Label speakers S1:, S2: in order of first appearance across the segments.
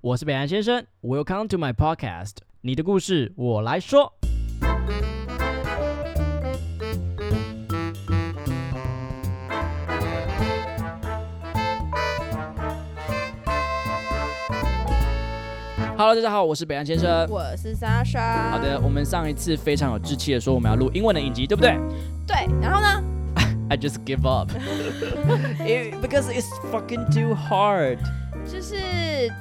S1: 我是北岸先生，Welcome to my podcast，你的故事我来说。Hello，大家好，我是北岸先生。
S2: 我是莎莎。
S1: 好，的，我们上一次非常有志气的说我们要录英文的影集，对不对
S2: 对，然后呢？
S1: ？I just give up, It- because it's fucking too hard.
S2: 就是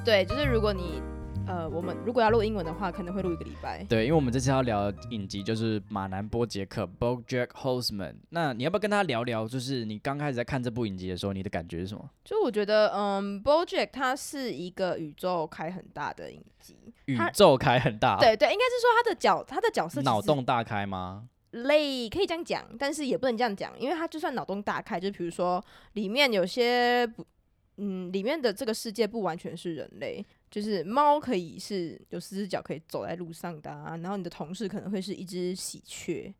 S2: 对，就是如果你呃，我们如果要录英文的话，可能会录一个礼拜。
S1: 对，因为我们这次要聊影集，就是马南波杰克 （BoJack Horseman）。那你要不要跟他聊聊？就是你刚开始在看这部影集的时候，你的感觉是什么？
S2: 就我觉得，嗯，BoJack 它是一个宇宙开很大的影集。
S1: 宇
S2: 他
S1: 宙开很大，
S2: 对对，应该是说他的角，他的角色其
S1: 脑
S2: 实
S1: 洞大开 吗？
S2: 类可以这样讲，但是也不能这样讲，因为他就算脑洞大开，就比如说里面有些不，嗯，里面的这个世界不完全是人类，就是猫可以是有四只脚可以走在路上的啊，然后你的同事可能会是一只喜鹊。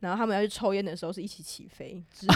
S2: 然后他们要去抽烟的时候是一起起飞，之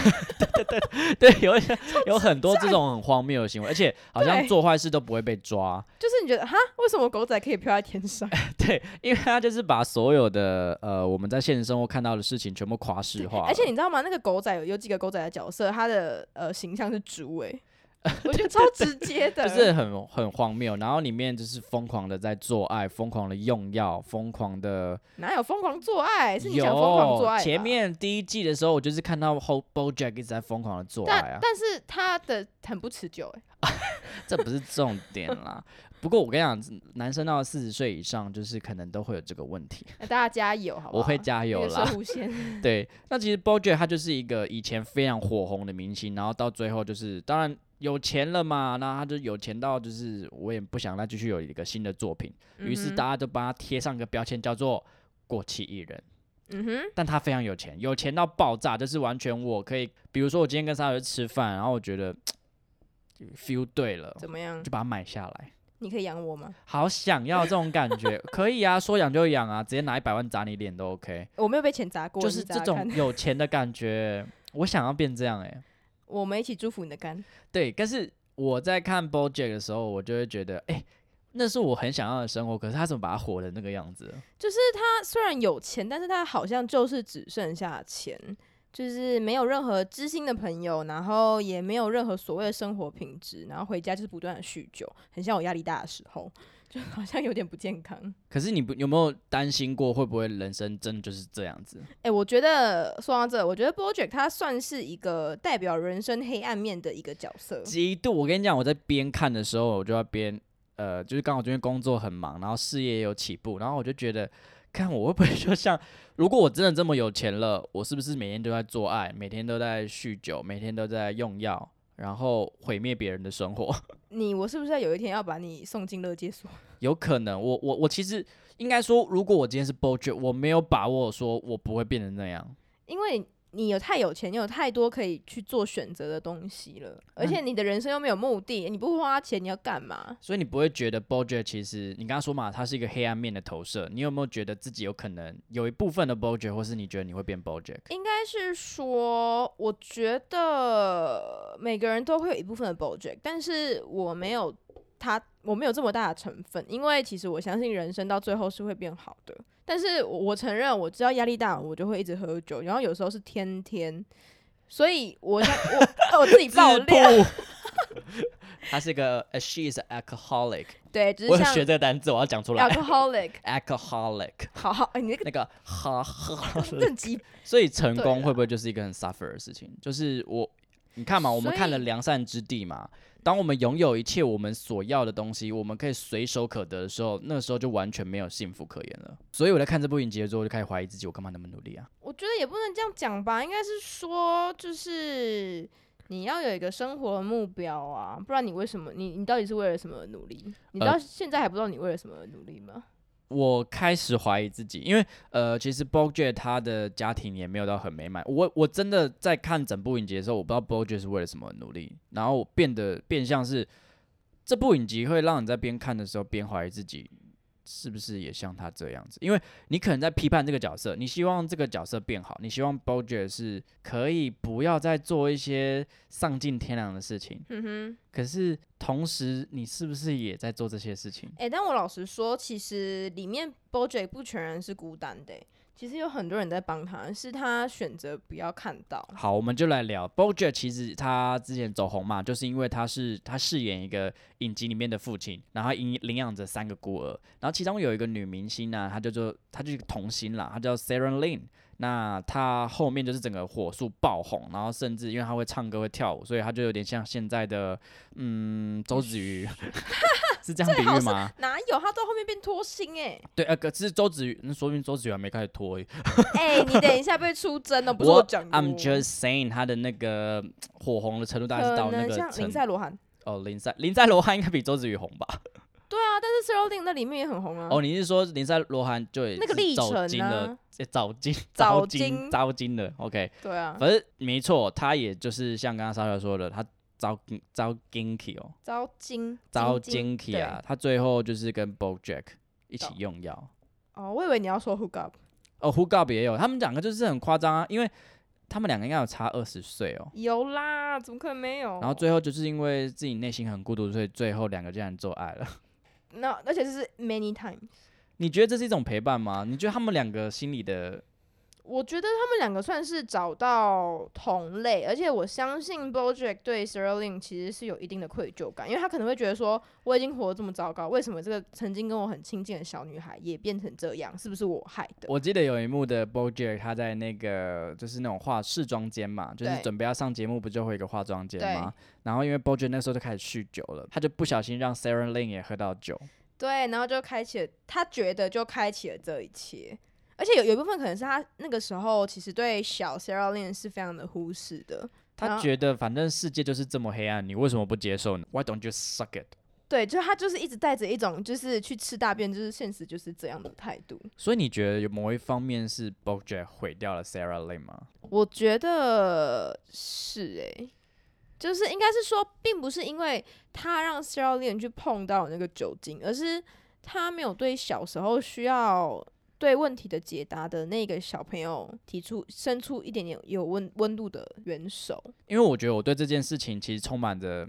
S1: 对，有一些有很多这种很荒谬的行为，而且好像
S2: 对
S1: 做坏事都不会被抓。
S2: 就是你觉得哈，为什么狗仔可以飘在天 上？
S1: 对，因为他就是把所有的呃我们在现实生活看到的事情全部夸饰化了，
S2: 而且你知道吗？那个狗仔有有几个狗仔的角色，他的呃形象是猪诶、 我觉得超直接的，
S1: 就是很很荒谬。然后里面就是疯狂的在做爱，疯狂的用药，疯狂的
S2: 哪有疯狂做爱？是你
S1: 有
S2: 想疯狂做爱吧？
S1: 前面第一季的时候，我就是看到 Hope BoJack 一直在疯狂的做爱
S2: 但
S1: 啊，
S2: 但是他的很不持久、欸，
S1: 这不是重点 啦。不过我跟你讲，男生到四十岁以上，就是可能都会有这个问题。
S2: 哎，大家加油，好不好？
S1: 我会加油
S2: 那个
S1: 啦。
S2: 射弧线
S1: 对，那其实 BoJack 他就是一个以前非常火红的明星，然后到最后就是，当然有钱了嘛，那他就有钱到就是我也不想再继续有一个新的作品，于
S2: 嗯
S1: 是大家都帮他贴上一个标签叫做过气艺人。
S2: 嗯哼，
S1: 但他非常有钱，有钱到爆炸，就是完全我可以，比如说我今天跟莎莎去吃饭，然后我觉得 feel 对了，
S2: 怎么样
S1: 就？把它买下来，
S2: 你可以养我吗？
S1: 好想要这种感觉，可以啊，说养就养啊，直接拿一百万砸你脸都 OK，
S2: 我没有被钱砸过，
S1: 就是
S2: 你砸
S1: 这
S2: 砸
S1: 种
S2: 看
S1: 有钱的感觉，我想要变这样哎、
S2: 我们一起祝福你的肝。
S1: 对，但是我在看 BoJack 的时候，我就会觉得，哎、那是我很想要的生活，可是他怎么把它活的那个样子？
S2: 就是他虽然有钱，但是他好像就是只剩下钱，就是没有任何知心的朋友，然后也没有任何所谓的生活品质，然后回家就是不断的酗酒，很像我压力大的时候，就好像有点不健康。
S1: 可是你不有没有担心过，会不会人生真的就是这样子？
S2: 哎、我觉得说到这，我觉得 BoJack 他算是一个代表人生黑暗面的一个角色。
S1: 极度，我跟你讲，我在边看的时候，我就要边呃，就是刚好最近工作很忙，然后事业也有起步，然后我就觉得，看我会不会就像，如果我真的这么有钱了，我是不是每天都在做爱，每天都在酗酒，每天都在用药，然后毁灭别人的生活？
S2: 你我是不是有一天要把你送进乐界所？
S1: 有可能，我我我其实应该说，如果我今天是 BoJack，我没有把握说我不会变成那样。
S2: 因为你有太有钱，你有太多可以去做选择的东西了，而且你的人生又没有目的，你不花钱你要干嘛？
S1: 所以你不会觉得 BoJack 其实你刚刚说嘛，它是一个黑暗面的投射。你有没有觉得自己有可能有一部分的 BoJack，或是你觉得你会变 BoJack？
S2: 应该是说，我觉得每个人都会有一部分的 BoJack，但是我没有他，我没有这么大的成分，因为其实我相信人生到最后是会变好的。但是我我承认，我知道压力大，我就会一直喝酒，然后有时候是天天，所以我想我我自 己爆料，
S1: 他是个呃，she is an alcoholic。
S2: 对，只
S1: 我
S2: 是
S1: 有
S2: 像
S1: 学这个单字，我要讲出来。
S2: alcoholic，
S1: alcoholic
S2: 好好，哎、你 那个
S1: 那个哈哈，
S2: 正极
S1: 所以成
S2: 对啊
S1: 功
S2: 啦
S1: 会不会就是一个很 suffer 的事情？就是我，你看嘛，我们
S2: 所以
S1: 看了良善之地嘛，当我们拥有一切我们所要的东西，我们可以随手可得的时候，那个时候就完全没有幸福可言了。所以我在看这部影集的时候，我就开始怀疑自己，我干嘛那么努力啊？
S2: 我觉得也不能这样讲吧，应该是说，就是你要有一个生活的目标啊，不然你为什么你你到底是为了什么而努力？你
S1: 呃
S2: 到现在还不知道你为了什么而努力吗？
S1: 我开始怀疑自己，因为呃，其实 BoJack 他的家庭也没有到很美满。我我真的在看整部影集的时候，我不知道 BoJack 是为了什么而努力，然后我变得变相是这部影集会让你在边看的时候边怀疑自己是不是也像他这样子？因为你可能在批判这个角色，你希望这个角色变好，你希望 BoJack 是可以不要再做一些丧尽天良的事情。
S2: 嗯哼，
S1: 可是同时，你是不是也在做这些事情？
S2: 哎、但我老实说，其实里面 BoJack 不全然是孤单的欸、其实有很多人在帮他，是他选择不要看到。
S1: 好，我们就来聊 BoJack。其实他之前走红嘛，就是因为他是他饰演一个影集里面的父亲，然后他领领养着三个孤儿，然后其中有一个女明星啊呢、她叫做她就是童星啦，她叫 Sarah Lynn。那她后面就是整个火速爆红，然后甚至因为她会唱歌会跳舞，所以她就有点像现在的嗯周子瑜， 是这样比
S2: 好
S1: 喻
S2: 是
S1: 吗？
S2: 哪有他到后面变拖星哎、
S1: 对，呃，可是周子瑜，那说明周子瑜还没开始脱而已。
S2: 哎、你等一下被出征哦，不是我讲的哦。
S1: I'm just saying，他的那个火红的程度大概是到
S2: 可
S1: 那
S2: 能
S1: 个
S2: 像
S1: 程
S2: 林赛罗韩，
S1: 哦，林赛林赛罗韩应该比周子瑜红吧？
S2: 对啊，但是 s e r o l i n 那里面也很红啊。
S1: 哦，你是说林赛罗韩就也
S2: 那个
S1: 是
S2: 历
S1: 走
S2: 程
S1: 金了
S2: 啊，
S1: 也早金
S2: 早
S1: 金
S2: 金
S1: 糟金了。OK，
S2: 对啊，
S1: 反正没错，他也就是像刚刚莎莎说的，他招招 Ginky 哦，
S2: 招金
S1: 招
S2: 金
S1: Ginky 啊，他最后就是跟 BoJack 一起
S2: 懂
S1: 用药。
S2: 哦，我以为你要说 hook up，
S1: 哦，Hook Up 也有，他们两个就是很夸张啊，因为他们两个应该有差二十岁哦。
S2: 有啦，怎么可能没有？
S1: 然后最后就是因为自己内心很孤独，所以最后两个竟然做爱了。
S2: 那而且是 many times，
S1: 你觉得这是一种陪伴吗？你觉得他们两个心里的
S2: 我觉得他们两个算是找到同类，而且我相信 BoJack 对 s e r o l i n 其实是有一定的愧疚感，因为他可能会觉得说，我已经活得这么糟糕，为什么这个曾经跟我很亲近的小女孩也变成这样？是不是我害的？
S1: 我记得有一幕的 BoJack，他在那个就是那种化试妆间嘛，就是
S2: 对
S1: 准备要上节目，不就会有一个化妆间
S2: 对
S1: 吗？然后因为 BoJack 那时候就开始酗酒了，他就不小心让 Sarah Lynn 也喝到酒。
S2: 对，然后就开启了，他觉得就开启了这一切。而且有有一部分可能是他那个时候其实对小 Sarah Lynn 是非常的忽视的，然
S1: 他
S2: 后
S1: 觉得反正世界就是这么黑暗，你为什么不接受呢？Why don't you suck it？
S2: 对，就他就是一直带着一种就是去吃大便，就是现实就是这样的态度。
S1: 所以你觉得有某一方面是 BoJack 毁掉了 Sarah Lynn 吗？
S2: 我觉得是诶、就是应该是说，并不是因为他让 Sarah Lynn 去碰到那个酒精，而是他没有对小时候需要对问题的解答的那个小朋友提出伸出一点点有温温度的援手。
S1: 因为我觉得我对这件事情其实充满着，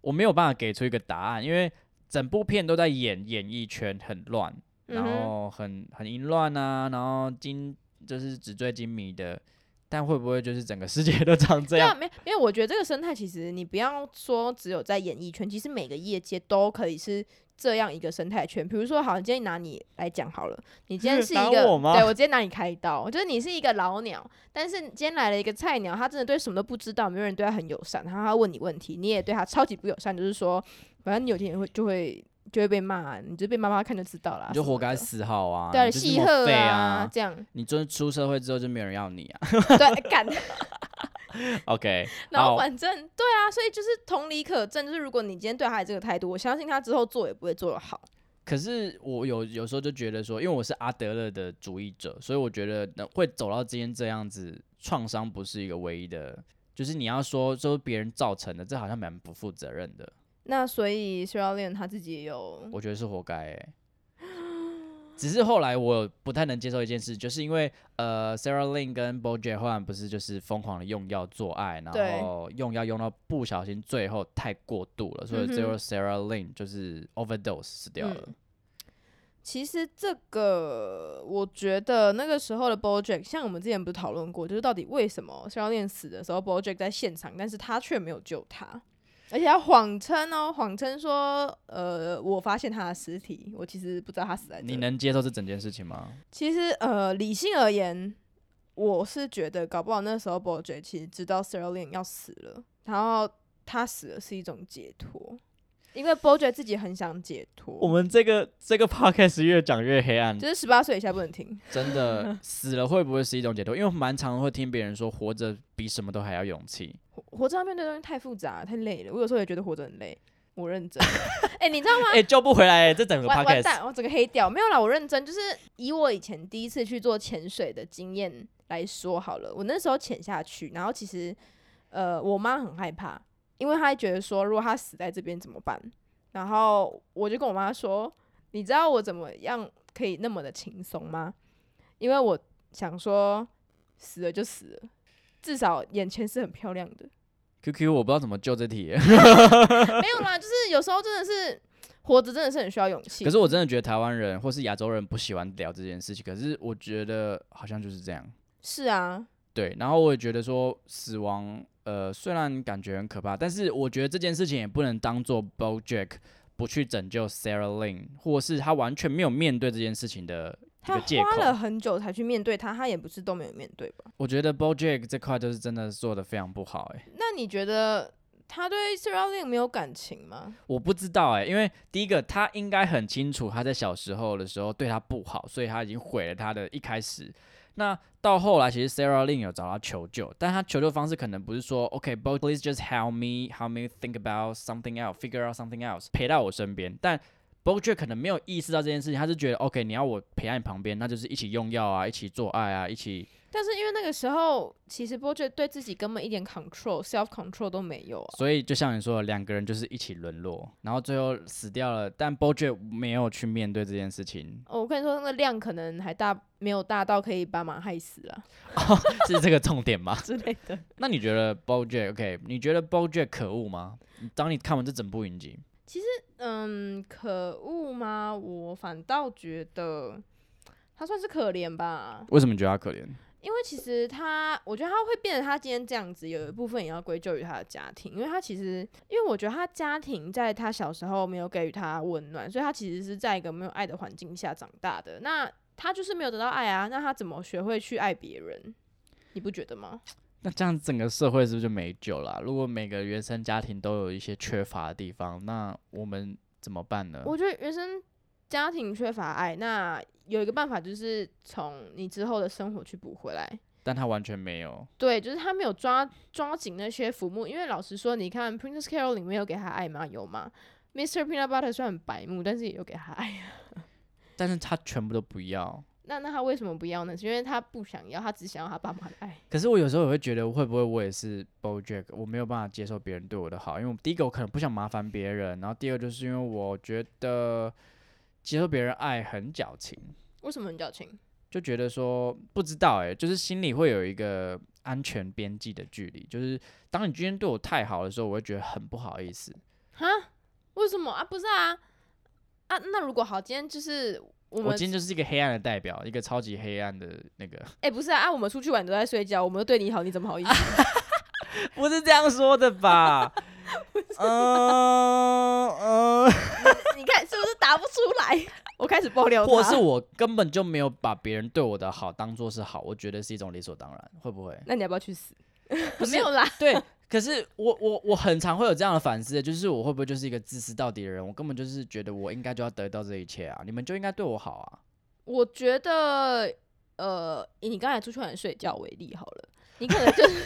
S1: 我没有办法给出一个答案，因为整部片都在演演艺圈很乱，然
S2: 嗯哼
S1: 后很很淫乱啊，然后金就是纸醉金迷的，但会不会就是整个世界都长这
S2: 对啊，
S1: 样？
S2: 没，因为我觉得这个生态其实你不要说只有在演艺圈，其实每个业界都可以是这样一个生态圈。比如说，好，今天拿你来讲好了，你今天是
S1: 拿
S2: 一个，
S1: 我吗
S2: 对我今天拿你开刀，就是你是一个老鸟，但是今天来了一个菜鸟，他真的对什么都不知道，没有人对他很友善，然后他问你问题，你也对他超级不友善，就是说，反正你有天也会就会就会被骂，啊你就被妈妈看就知道了，
S1: 你就活该
S2: 死，
S1: 死好啊，
S2: 对，
S1: 你就是
S2: 戏
S1: 这么
S2: 鹤
S1: 废
S2: 啊
S1: 啊，
S2: 这样，
S1: 你真出社会之后就没有人要你啊。
S2: 对，干。
S1: OK，
S2: 然
S1: 好
S2: 后反正对啊，所以就是同理可证，就是如果你今天对他有这个态度，我相信他之后做也不会做得好。
S1: 可是我有有时候就觉得说，因为我是阿德勒的主义者，所以我觉得能会走到今天这样子，创伤不是一个唯一的，就是你要说说别人造成的，这好像蛮不负责任的，
S2: 那所以徐教练他自己也有，
S1: 我觉得是活该、欸。只是后来我不太能接受一件事，就是因为呃，Sarah Lynn 跟 BoJack 后来不是就是疯狂的用药做爱，
S2: 对
S1: 然后用药用到不小心最后太过度了，所以最后
S2: 嗯哼
S1: Sarah Lynn 就是 overdose 死掉了。
S2: 嗯其实这个我觉得那个时候的 BoJack，像我们之前不是讨论过，就是到底为什么徐教练死的时候 BoJack 在现场，但是他却没有救他。而且他谎称哦，谎称说，呃，我发现他的尸体，我其实不知道他死在这
S1: 你
S2: 里。
S1: 能接受这整件事情吗？
S2: 其实呃，理性而言，我是觉得搞不好那时候 BoJ 其实知道 s e r l i n 要死了，然后他死了是一种解脱，因为 BoJ 自己很想解
S1: 我
S2: 脱。
S1: 们这个这个 podcast 越讲越黑暗，
S2: 就是十八岁以下不能听，
S1: 真 的死了会不会是一种解脱？因为蛮常会听别人说，活着比什么都还要勇气。
S2: 活活着要面对的东西太复杂、太累了。我有时候也觉得活着很累，我认真。 哎、你知道吗？
S1: 哎、救不回来、这整个
S2: 完完
S1: podcast
S2: 蛋，我整个黑掉。没有啦，我认真，就是以我以前第一次去做潜水的经验来说好了。我那时候潜下去，然后其实呃，我妈很害怕，因为她觉得说，如果她死在这边怎么办？然后我就跟我妈说，你知道我怎么样可以那么的轻松吗？因为我想说，死了就死了，至少眼前是很漂亮的。
S1: Q Q，我不知道怎么救这题耶，欸
S2: 没有啦，就是有时候真的是活着，真的是很需要勇气。
S1: 可是我真的觉得台湾人或是亚洲人不喜欢聊这件事情，可是我觉得好像就是这样。
S2: 是啊，
S1: 对，然后我也觉得说死亡，呃，虽然感觉很可怕，但是我觉得这件事情也不能当做 BoJack 不去拯救 Sarah Lynn，或是他完全没有面对这件事情的一
S2: 他
S1: 个借口
S2: 花。了很久才去面对他，他也不是都没有面对吧？
S1: 我觉得 BoJack 这块就是真的做的非常不好、欸，
S2: 那你觉得他对 s e r a l i n 没有感情吗？
S1: 我不知道哎、因为第一个他应该很清楚他在小时候的时候对他不好，所以他已经毁了他的一开始。那到后来，其实 Sarah Lin 有找他求救，但他求救方式可能不是说 OK，but、please just help me, help me think about something else, figure out something else，陪到我身边。但 BoJack 可能没有意识到这件事情，他是觉得 OK，你要我陪在你旁边，那就是一起用药啊，一起做爱啊，一起
S2: 但是因为那个时候，其实波爵对自己根本一点 control、self control 都没有啊。
S1: 所以就像你说的，两个人就是一起沦落，然后最后死掉了。但 BoJack 没有去面对这件事情，
S2: 哦，我跟你说，那个量可能还大，没有大到可以把马害死啊
S1: 是这个重点吗？
S2: 之类的。
S1: 那你觉得 BoJack OK？你觉得 BoJack 可恶吗？当你看完这整部影集，
S2: 嗯，可恶吗？我反倒觉得他算是可怜吧，
S1: 为什么你觉得他可怜？
S2: 因为其实他，我觉得他会变得他今天这样子，有一部分也要归咎于他的家庭，因为他其实，因为我觉得他家庭在他小时候没有给予他温暖，所以他其实是在一个没有爱的环境下长大的。那他就是没有得到爱啊，那他怎么学会去爱别人？你不觉得吗？
S1: 那这样整个社会是不是就没救了啊、如果每个原生家庭都有一些缺乏的地方，那我们怎么办呢？
S2: 我觉得原生家庭缺乏爱，那有一个办法就是从你之后的生活去补回来。
S1: 但他完全没有。
S2: 对，就是他没有抓抓紧那些浮木，因为老实说，你看《Princess Carol》里面有给他爱吗？有吗？Mr. Peanut Butter 虽然很白目，但是也有给他爱。
S1: 但是他全部都不要。
S2: 那那他为什么不要呢？是因为他不想要，他只想要他爸妈的爱。
S1: 可是我有时候也会觉得，会不会我也是 BoJack？我没有办法接受别人对我的好，因为我第一个我可能不想麻烦别人，然后第二就是因为我觉得接受别人爱很矫情。
S2: 为什么很矫情？
S1: 就觉得说不知道哎、就是心里会有一个安全边际的距离。就是当你今天对我太好的时候，我会觉得很不好意思。
S2: 哈？为什么啊？不是啊啊！那如果好，今天就是我
S1: 我
S2: 们
S1: 今天就是一个黑暗的代表，一个超级黑暗的那个，
S2: 哎、不是啊啊！我们出去玩都在睡觉，我们都对你好，你怎么好意思？
S1: 不是这样说的 吧？嗯 嗯，
S2: 你看是不是答不出来？我开始爆料他，
S1: 或是我根本就没有把别人对我的好当做是好，我觉得是一种理所当然，会不会？
S2: 那你要不要去死？
S1: 不是
S2: 没有啦，
S1: 对，可是我我我很常会有这样的反思，欸就是我会不会就是一个自私到底的人？我根本就是觉得我应该就要得到这一切啊，你们就应该对我好啊。
S2: 我觉得，呃，以你刚才出去玩睡觉为例好了，你可能就是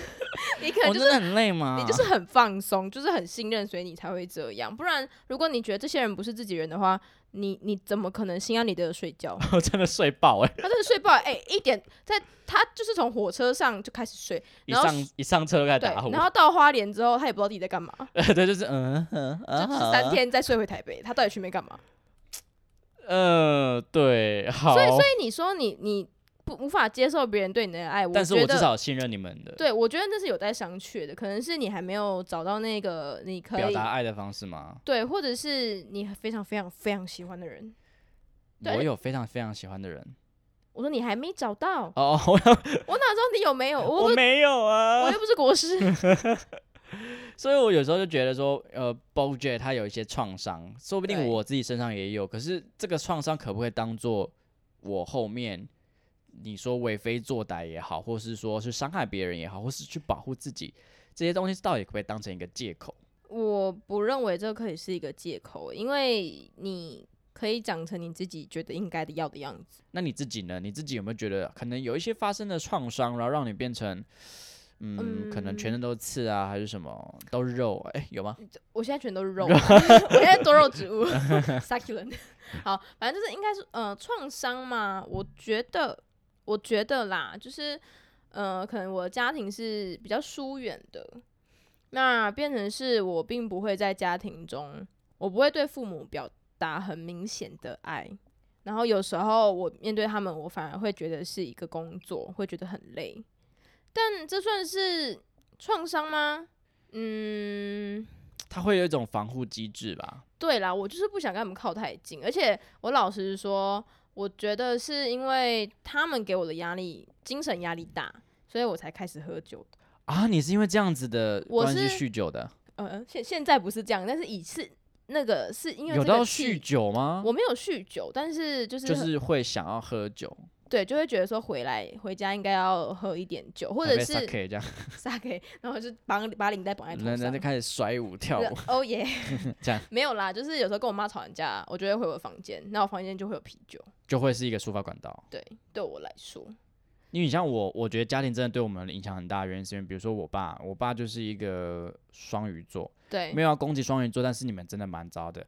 S2: 你可能
S1: 我
S2: 就
S1: 真
S2: 是
S1: 的哦很累吗？
S2: 你就是很放松，就是很信任，所以你才会这样。不然，如果你觉得这些人不是自己人的话，你你怎么可能心安理得的睡觉？
S1: 我真的睡爆哎、
S2: 他真的睡不好，哎、一点在他就是从火车上就开始睡，
S1: 一
S2: 然后
S1: 上一上车就开始
S2: 对
S1: 打呼，，
S2: 然后到花莲之后，他也不知道自己在干嘛，
S1: 对，就是嗯嗯
S2: 就
S1: 嗯，
S2: 是三，天再睡回台北，他到底去没干嘛？
S1: 呃，对，好，
S2: 所以，所哎以你说你你不无法接受别人对你的爱，
S1: 但是
S2: 觉
S1: 我
S2: 得
S1: 至少信任你们的
S2: 对，我觉得那是有待商榷的，可能是你还没有找到那个你可
S1: 表
S2: 以
S1: 达爱的方式吗？
S2: 对，或者是你非常非常非常喜欢的人。对
S1: 我有非常非常喜欢的人
S2: 我说你还没找到，
S1: 哦， 我要
S2: 我哪知道你有没有？我
S1: 我
S2: 不
S1: 没有
S2: 我
S1: 啊，
S2: 又不是国师，
S1: 所以我有时候就觉得说，呃，BoJack 他有一些创伤，说不定
S2: 对
S1: 我自己身上也有，可是这个创伤可不可以当做我后面？你说为非作歹也好，或是说是伤害别人也好，或是去保护自己，这些东西到底可不可以当成一个借口？
S2: 我不认为这可以是一个借口，欸因为你可以长成你自己觉得应该的要的样子。
S1: 那你自己呢？你自己有没有觉得可能有一些发生的创伤，然后让你变成，嗯，可能全身都是刺啊，还是什么都是肉？哎、有吗？
S2: 我现在全都是肉，我现在多肉植物，succulent。好，反正就是应该是呃创伤嘛，我觉得，我觉得啦，就是呃，可能我的家庭是比较疏远的，那变成是我并不会在家庭中，我不会对父母表达很明显的爱。然后有时候我面对他们，我反而会觉得是一个工作，会觉得很累。但这算是创伤吗？嗯，
S1: 他会有一种防护机制吧？
S2: 对啦，我就是不想跟他们靠太近，而且我老实说，我觉得是因为他们给我的压力，精神压力大，所以我才开始喝酒。
S1: 啊，你是因为这样子的
S2: 我
S1: 关系
S2: 是
S1: 酗酒的？
S2: 呃，现现在不是这样，但是以是那个是因为
S1: 有
S2: 这个
S1: 到酗
S2: 气
S1: 酒吗？
S2: 我没有酗酒，但是就是
S1: 就
S2: 很
S1: 是会想要喝酒，
S2: 对，就会觉得说回来回家应该要喝一点酒，或者是
S1: 可以这样，
S2: 撒给，然后就绑把领带绑在头
S1: 人人
S2: 上
S1: 就。开始甩舞跳舞。，
S2: 哦耶
S1: 这样
S2: 没有啦，就是有时候跟我妈吵完架，我就会回我房间，那我房间就会有啤酒。
S1: 就会是一个抒发管道。
S2: 对，对我来说，
S1: 因为你像我，我觉得家庭真的对我们的影响很大，原因是因为比如说我爸，我爸就是一个双鱼座，
S2: 对，
S1: 没有要攻击双鱼座，但是你们真的蛮糟的，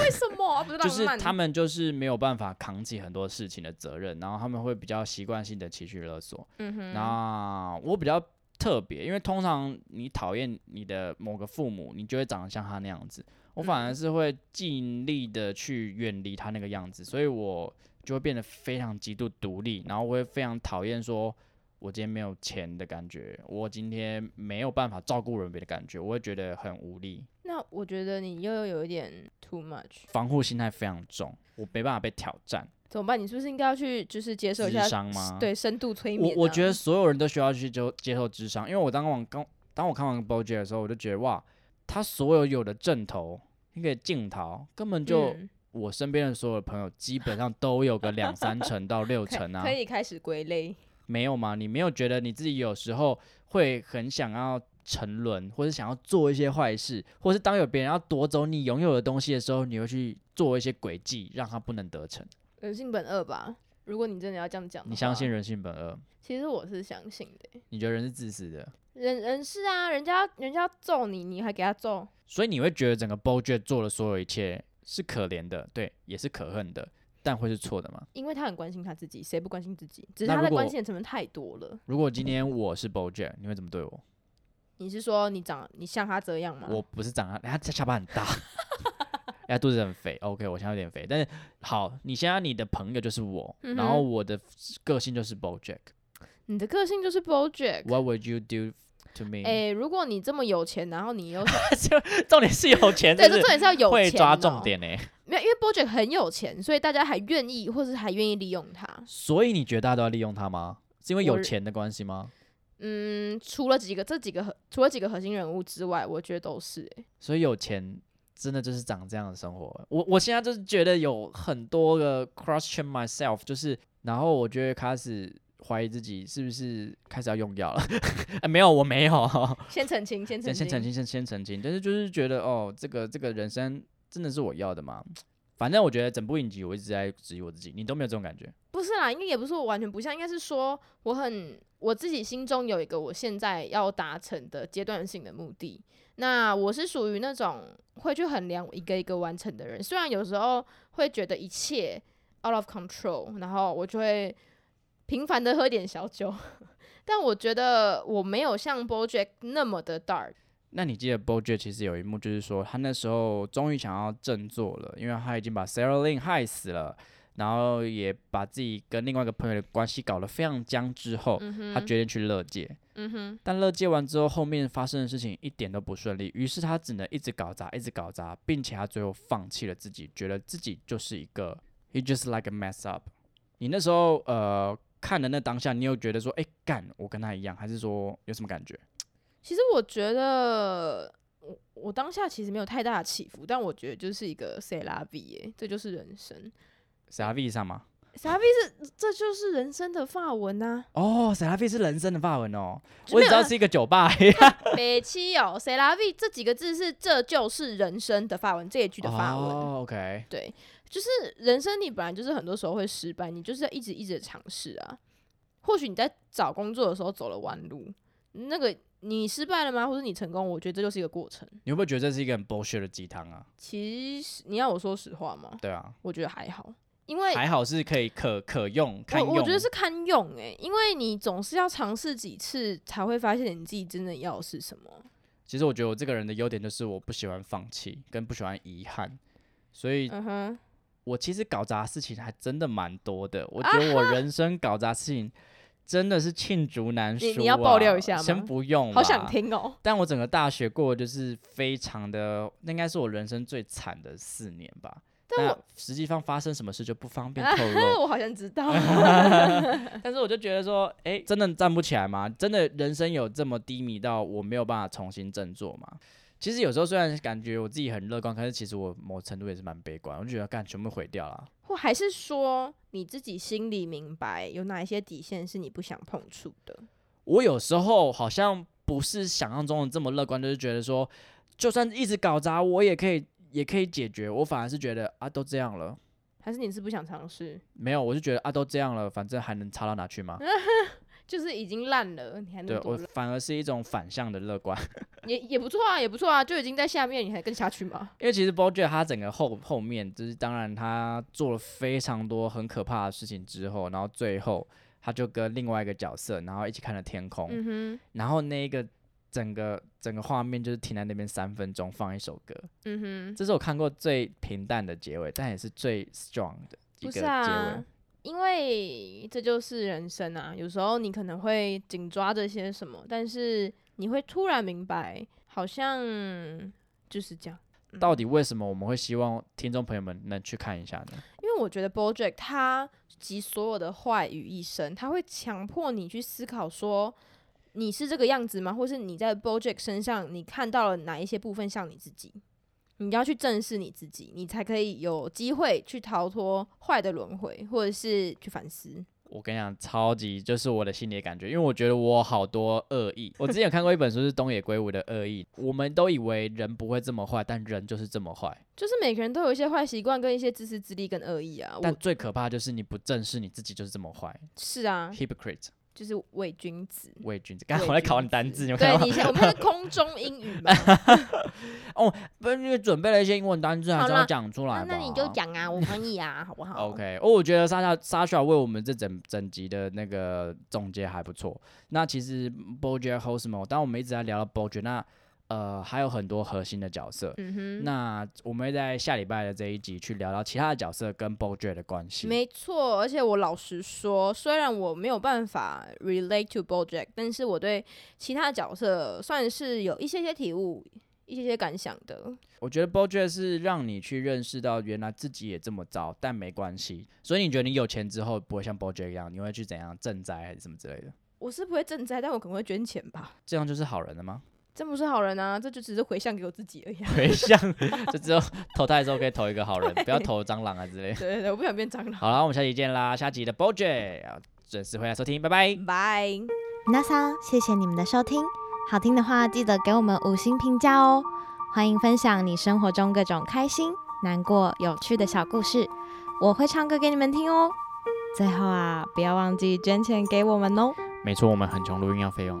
S2: 为什么、啊、不是浪
S1: 就
S2: 漫？
S1: 是他们就是没有办法扛起很多事情的责任，然后他们会比较习惯性的情绪勒索。
S2: 嗯哼，
S1: 那我比较特别，因为通常你讨厌你的某个父母，你就会长得像他那样子。我反而是会尽力的去远离他那个样子，所以我就会变得非常极度独立，然后我会非常讨厌说，我今天没有钱的感觉，我今天没有办法照顾人别的感觉，我会觉得很无力，
S2: 那我觉得你又有一点 too much，
S1: 防护心态非常重，我没办法被挑战。
S2: 怎么办？你是不是应该要去就是接受一下
S1: 智商吗？
S2: 对深度催眠、
S1: 我
S2: 啊
S1: 我觉得所有人都需要去接接受智商，因为我当晚刚当我看完 BoJack 的时候，我就觉得哇，他所有有的正头那个镜头，根本就、
S2: 嗯
S1: 我身边的所有朋友基本上都 有个两三成到六
S2: 可
S1: 成啊
S2: 可，以开始归类。
S1: 没有吗？你没有觉得你自己有时候会很想要沉沦，或者想要做一些坏事，或是当有别人要夺走你拥有的东西的时候，你会去做一些诡计，让他不能得逞？
S2: 人性本恶吧。如果你真的要这样讲，
S1: 你相信？人性本恶？
S2: 其实我是相信的欸、
S1: 你觉得人是自私的？
S2: 人人是啊，人家人家揍你，你还给他揍，
S1: 所以你会觉得整个 BoJack 做的所有一切是可怜的，对，也是可恨的，但会是错的吗？
S2: 因为他很关心他自己，谁不关心自己？只是
S1: 那
S2: 他
S1: 如
S2: 在
S1: 果
S2: 关心的成分太多了。
S1: 如果今天我是 BoJack，你会怎么对我？
S2: 你是说你长你像他这样吗？
S1: 我不是长他，他下巴很大， 他肚子很肥。OK，我现在有点肥，但是好，你现在你的朋友就是我，
S2: 嗯哼
S1: 然后我的个性就是 BoJack。
S2: 你的个性就是 BoJack。
S1: What would you do to me？、
S2: 哎、如果你这么有钱，然后你又
S1: 重点是有钱，
S2: 对，
S1: 就
S2: 这
S1: 是
S2: 重点是要有钱、啊哦
S1: 会抓重，点欸呢、
S2: 没有，因为 BoJack 很有钱，所以大家还愿意，或是还愿意利用他。
S1: 所以你觉得大家都要利用他吗？是因为有
S2: 我
S1: 钱的关系吗？
S2: 嗯，除了几个这几个核，除了几个核心人物之外，我觉得都是、欸。
S1: 所以有钱真的就是长这样的生活。我我现在就是觉得有很多个 question myself，就是然后我就会开始怀疑自己是不是开始要用药了。 哎，没有，我没有，
S2: 先澄清，先澄
S1: 先
S2: 清，
S1: 先澄清，先先澄清。但是就是觉得哦，这个这个人生真的是我要的吗？反正我觉得整部影集我一直在质疑我自己，你都没有这种感觉。
S2: 不是啦，应该也不是我完全不像，应该是说我很我自己心中有一个我现在要达成的阶段性的目的。那我是属于那种会去衡量我一个一个完成的人，虽然有时候会觉得一切 out of control，然后我就会频繁的喝一点小酒， 但我觉得我没有像 BoJack 那么的 dark。
S1: 那你记得 BoJack 其实有一幕，就是说他那时候终于想要振作了，因为他已经把 Sarah Lynn 害死了，然后也把自己跟另外一个朋友的关系搞得非常僵之后，
S2: 嗯哼，
S1: 他决定去乐界。
S2: 嗯哼，
S1: 但乐界完之后，后面发生的事情一点都不顺利，于是他只能一直搞砸，一直搞砸，并且他最后放弃了自己，觉得自己就是一个 he just like a mess up。你那时候呃看的那当下，你有觉得说，哎、干，我跟他一样，还是说有什么感觉？
S2: 其实我觉得我我当下其实没有太大的起伏，但我觉得就是一个 C 拉 B 耶，这就是人生。
S1: 傻逼上吗？
S2: C 拉 B 是这就是人生的发文呐、
S1: 哦，塞拉菲是人生的法文哦，
S2: 就
S1: 我只
S2: 没
S1: 知
S2: 有
S1: 道
S2: 那
S1: 是一个酒吧而已。
S2: 北七哦，C 拉 B 这几个字是这就是人生的发文这一句的发文。
S1: 哦，OK，
S2: 对，就是人生，你本来就是很多时候会失败，你就是要一直一直地尝试啊。或许你在找工作的时候走了弯路，那个你失败了吗？或者你成功？我觉得这就是一个过程。
S1: 你会不会觉得这是一个很 bullshit 的鸡汤啊？
S2: 其实你要我说实话吗？
S1: 对啊，
S2: 我觉得还好，因为
S1: 还好是可以可可用，堪
S2: 哎
S1: 用。
S2: 我我觉得是堪用诶、因为你总是要尝试几次才会发现你自己真的要的是什么。
S1: 其实我觉得我这个人的优点就是我不喜欢放弃，跟不喜欢遗憾。所以
S2: 嗯哼，
S1: 我其实搞砸事情还真的蛮多
S2: 啊
S1: 的。我觉得我人生搞砸事情真的是罄竹难书、啊
S2: 你你要爆料一下吗
S1: 先不用，
S2: 好想。听哦。
S1: 但我整个大学过得就是非常的，那应该是我人生最惨的四年吧。
S2: 但
S1: 那
S2: 我
S1: 实际上发生什么事就不方 便
S2: 啊
S1: 透
S2: 哈，
S1: 露。
S2: 我好想知道。哦
S1: 但是我就觉得说，哎、真的站不起来吗？真的人生有这么低迷到我没有办法重新振作吗？其实有时候虽然感觉我自己很乐观，可是其实我某程度也是蛮悲观。我就觉得干全部毁掉了。啊
S2: 或还是说你自己心里明白有哪一些底线是你不想碰触的？
S1: 我有时候好像不是想象中的这么乐观，就是觉得说，就算一直搞砸，我也可以也可以解决。我反而是觉得啊，都这样了，
S2: 还是你是不想尝试？
S1: 没有，我就觉得啊，都这样了，反正还能差到哪去吗？
S2: 就是已经烂嗯了，你还
S1: 对
S2: 能
S1: 我
S2: 多烂？
S1: 反而是一种反向的乐观。
S2: 也也不错啊，也不错啊，就已经在下面，你还跟下去吗？
S1: 因为其实 BoJack 他整个后后面，就是当然他做了非常多很可怕的事情之后，然后最后他就跟另外一个角色，然后一起看了天空，
S2: 嗯哼，
S1: 然后那一个整个整个画面就是停在那边三分钟，放一首歌，
S2: 嗯哼，
S1: 这是我看过最平淡的结尾，但也是最 strong 的一个
S2: 不
S1: 结
S2: 是
S1: 尾。
S2: 啊，因为这就是人生啊。有时候你可能会紧抓着些什么，但是你会突然明白，好像就是这样。
S1: 到底为什么我们会希望听众朋友们能去看一下呢？
S2: 因为我觉得 BoJack 他集所有的坏于一身，他会强迫你去思考说你是这个样子吗？或是你在 BoJack 身上你看到了哪一些部分像你自己？你要去正视你自己，你才可以有机会去逃脱坏的轮回，或者是去反思。
S1: 我跟你讲，超级就是我的心里的感觉，因为我觉得我好多恶意。我之前有看过一本书是东野圭吾的《恶意》，我们都以为人不会这么坏，但人就是这么坏。
S2: 就是每个人都有一些坏习惯，跟一些自私自利跟恶意啊。
S1: 但
S2: 我
S1: 最可怕就是你不正视你自己就是这么坏
S2: 是啊，
S1: ，hypocrite
S2: 就是伪 君子。
S1: 伪君子。刚才我在考你单字，你有看
S2: 对
S1: 到吗？
S2: 你现在我们是空中英 语嘛？
S1: 不是因为准备了一些英文单字，还是
S2: 好
S1: 要
S2: 啦
S1: 讲出来
S2: 那
S1: 吧。
S2: 那你就讲啊，我翻译啊，好不好
S1: OK，哦，我觉得莎莎莎莎为我们这整整集的那个总结还不错。那其实 BoJack Horseman，当我们一直在聊到 BoJack，那呃还有很多核心的角色。
S2: 嗯哼，
S1: 那我们会在下礼拜的这一集去聊聊其他的角色跟 BoJack 的关系。
S2: 没错，而且我老实说，虽然我没有办法 relate to BoJack，但是我对其他角色算是有一些些体悟、一些些感想的。
S1: 我觉得 BoJack 是让你去认识到原来自己也这么糟，但没关系。所以你觉得你有钱之后不会像 BoJack 一样，你会去怎样赈灾还是什么之类的？
S2: 我是不会赈灾，但我可能会捐钱吧。
S1: 这样就是好人了 吗？
S2: 真不是好人啊，这就只是回向给我自己而已、啊。
S1: 回向，就只有投胎的时候可以投一个好人，不要投蟑螂啊之类的。
S2: 对对对，我不想变蟑螂。
S1: 好了，我们下期见啦！下集的 BoJ 啊，准时回来收听，拜拜。
S2: 拜。
S3: 那桑，谢谢你们的收听。好听的话，记得给我们五星评价哦。欢迎分享你生活中各种开心、难过、有趣的小故事，我会唱歌给你们听哦。最后啊，不要忘记捐钱给我们哦，
S1: 没错，我们很穷，录音要费用，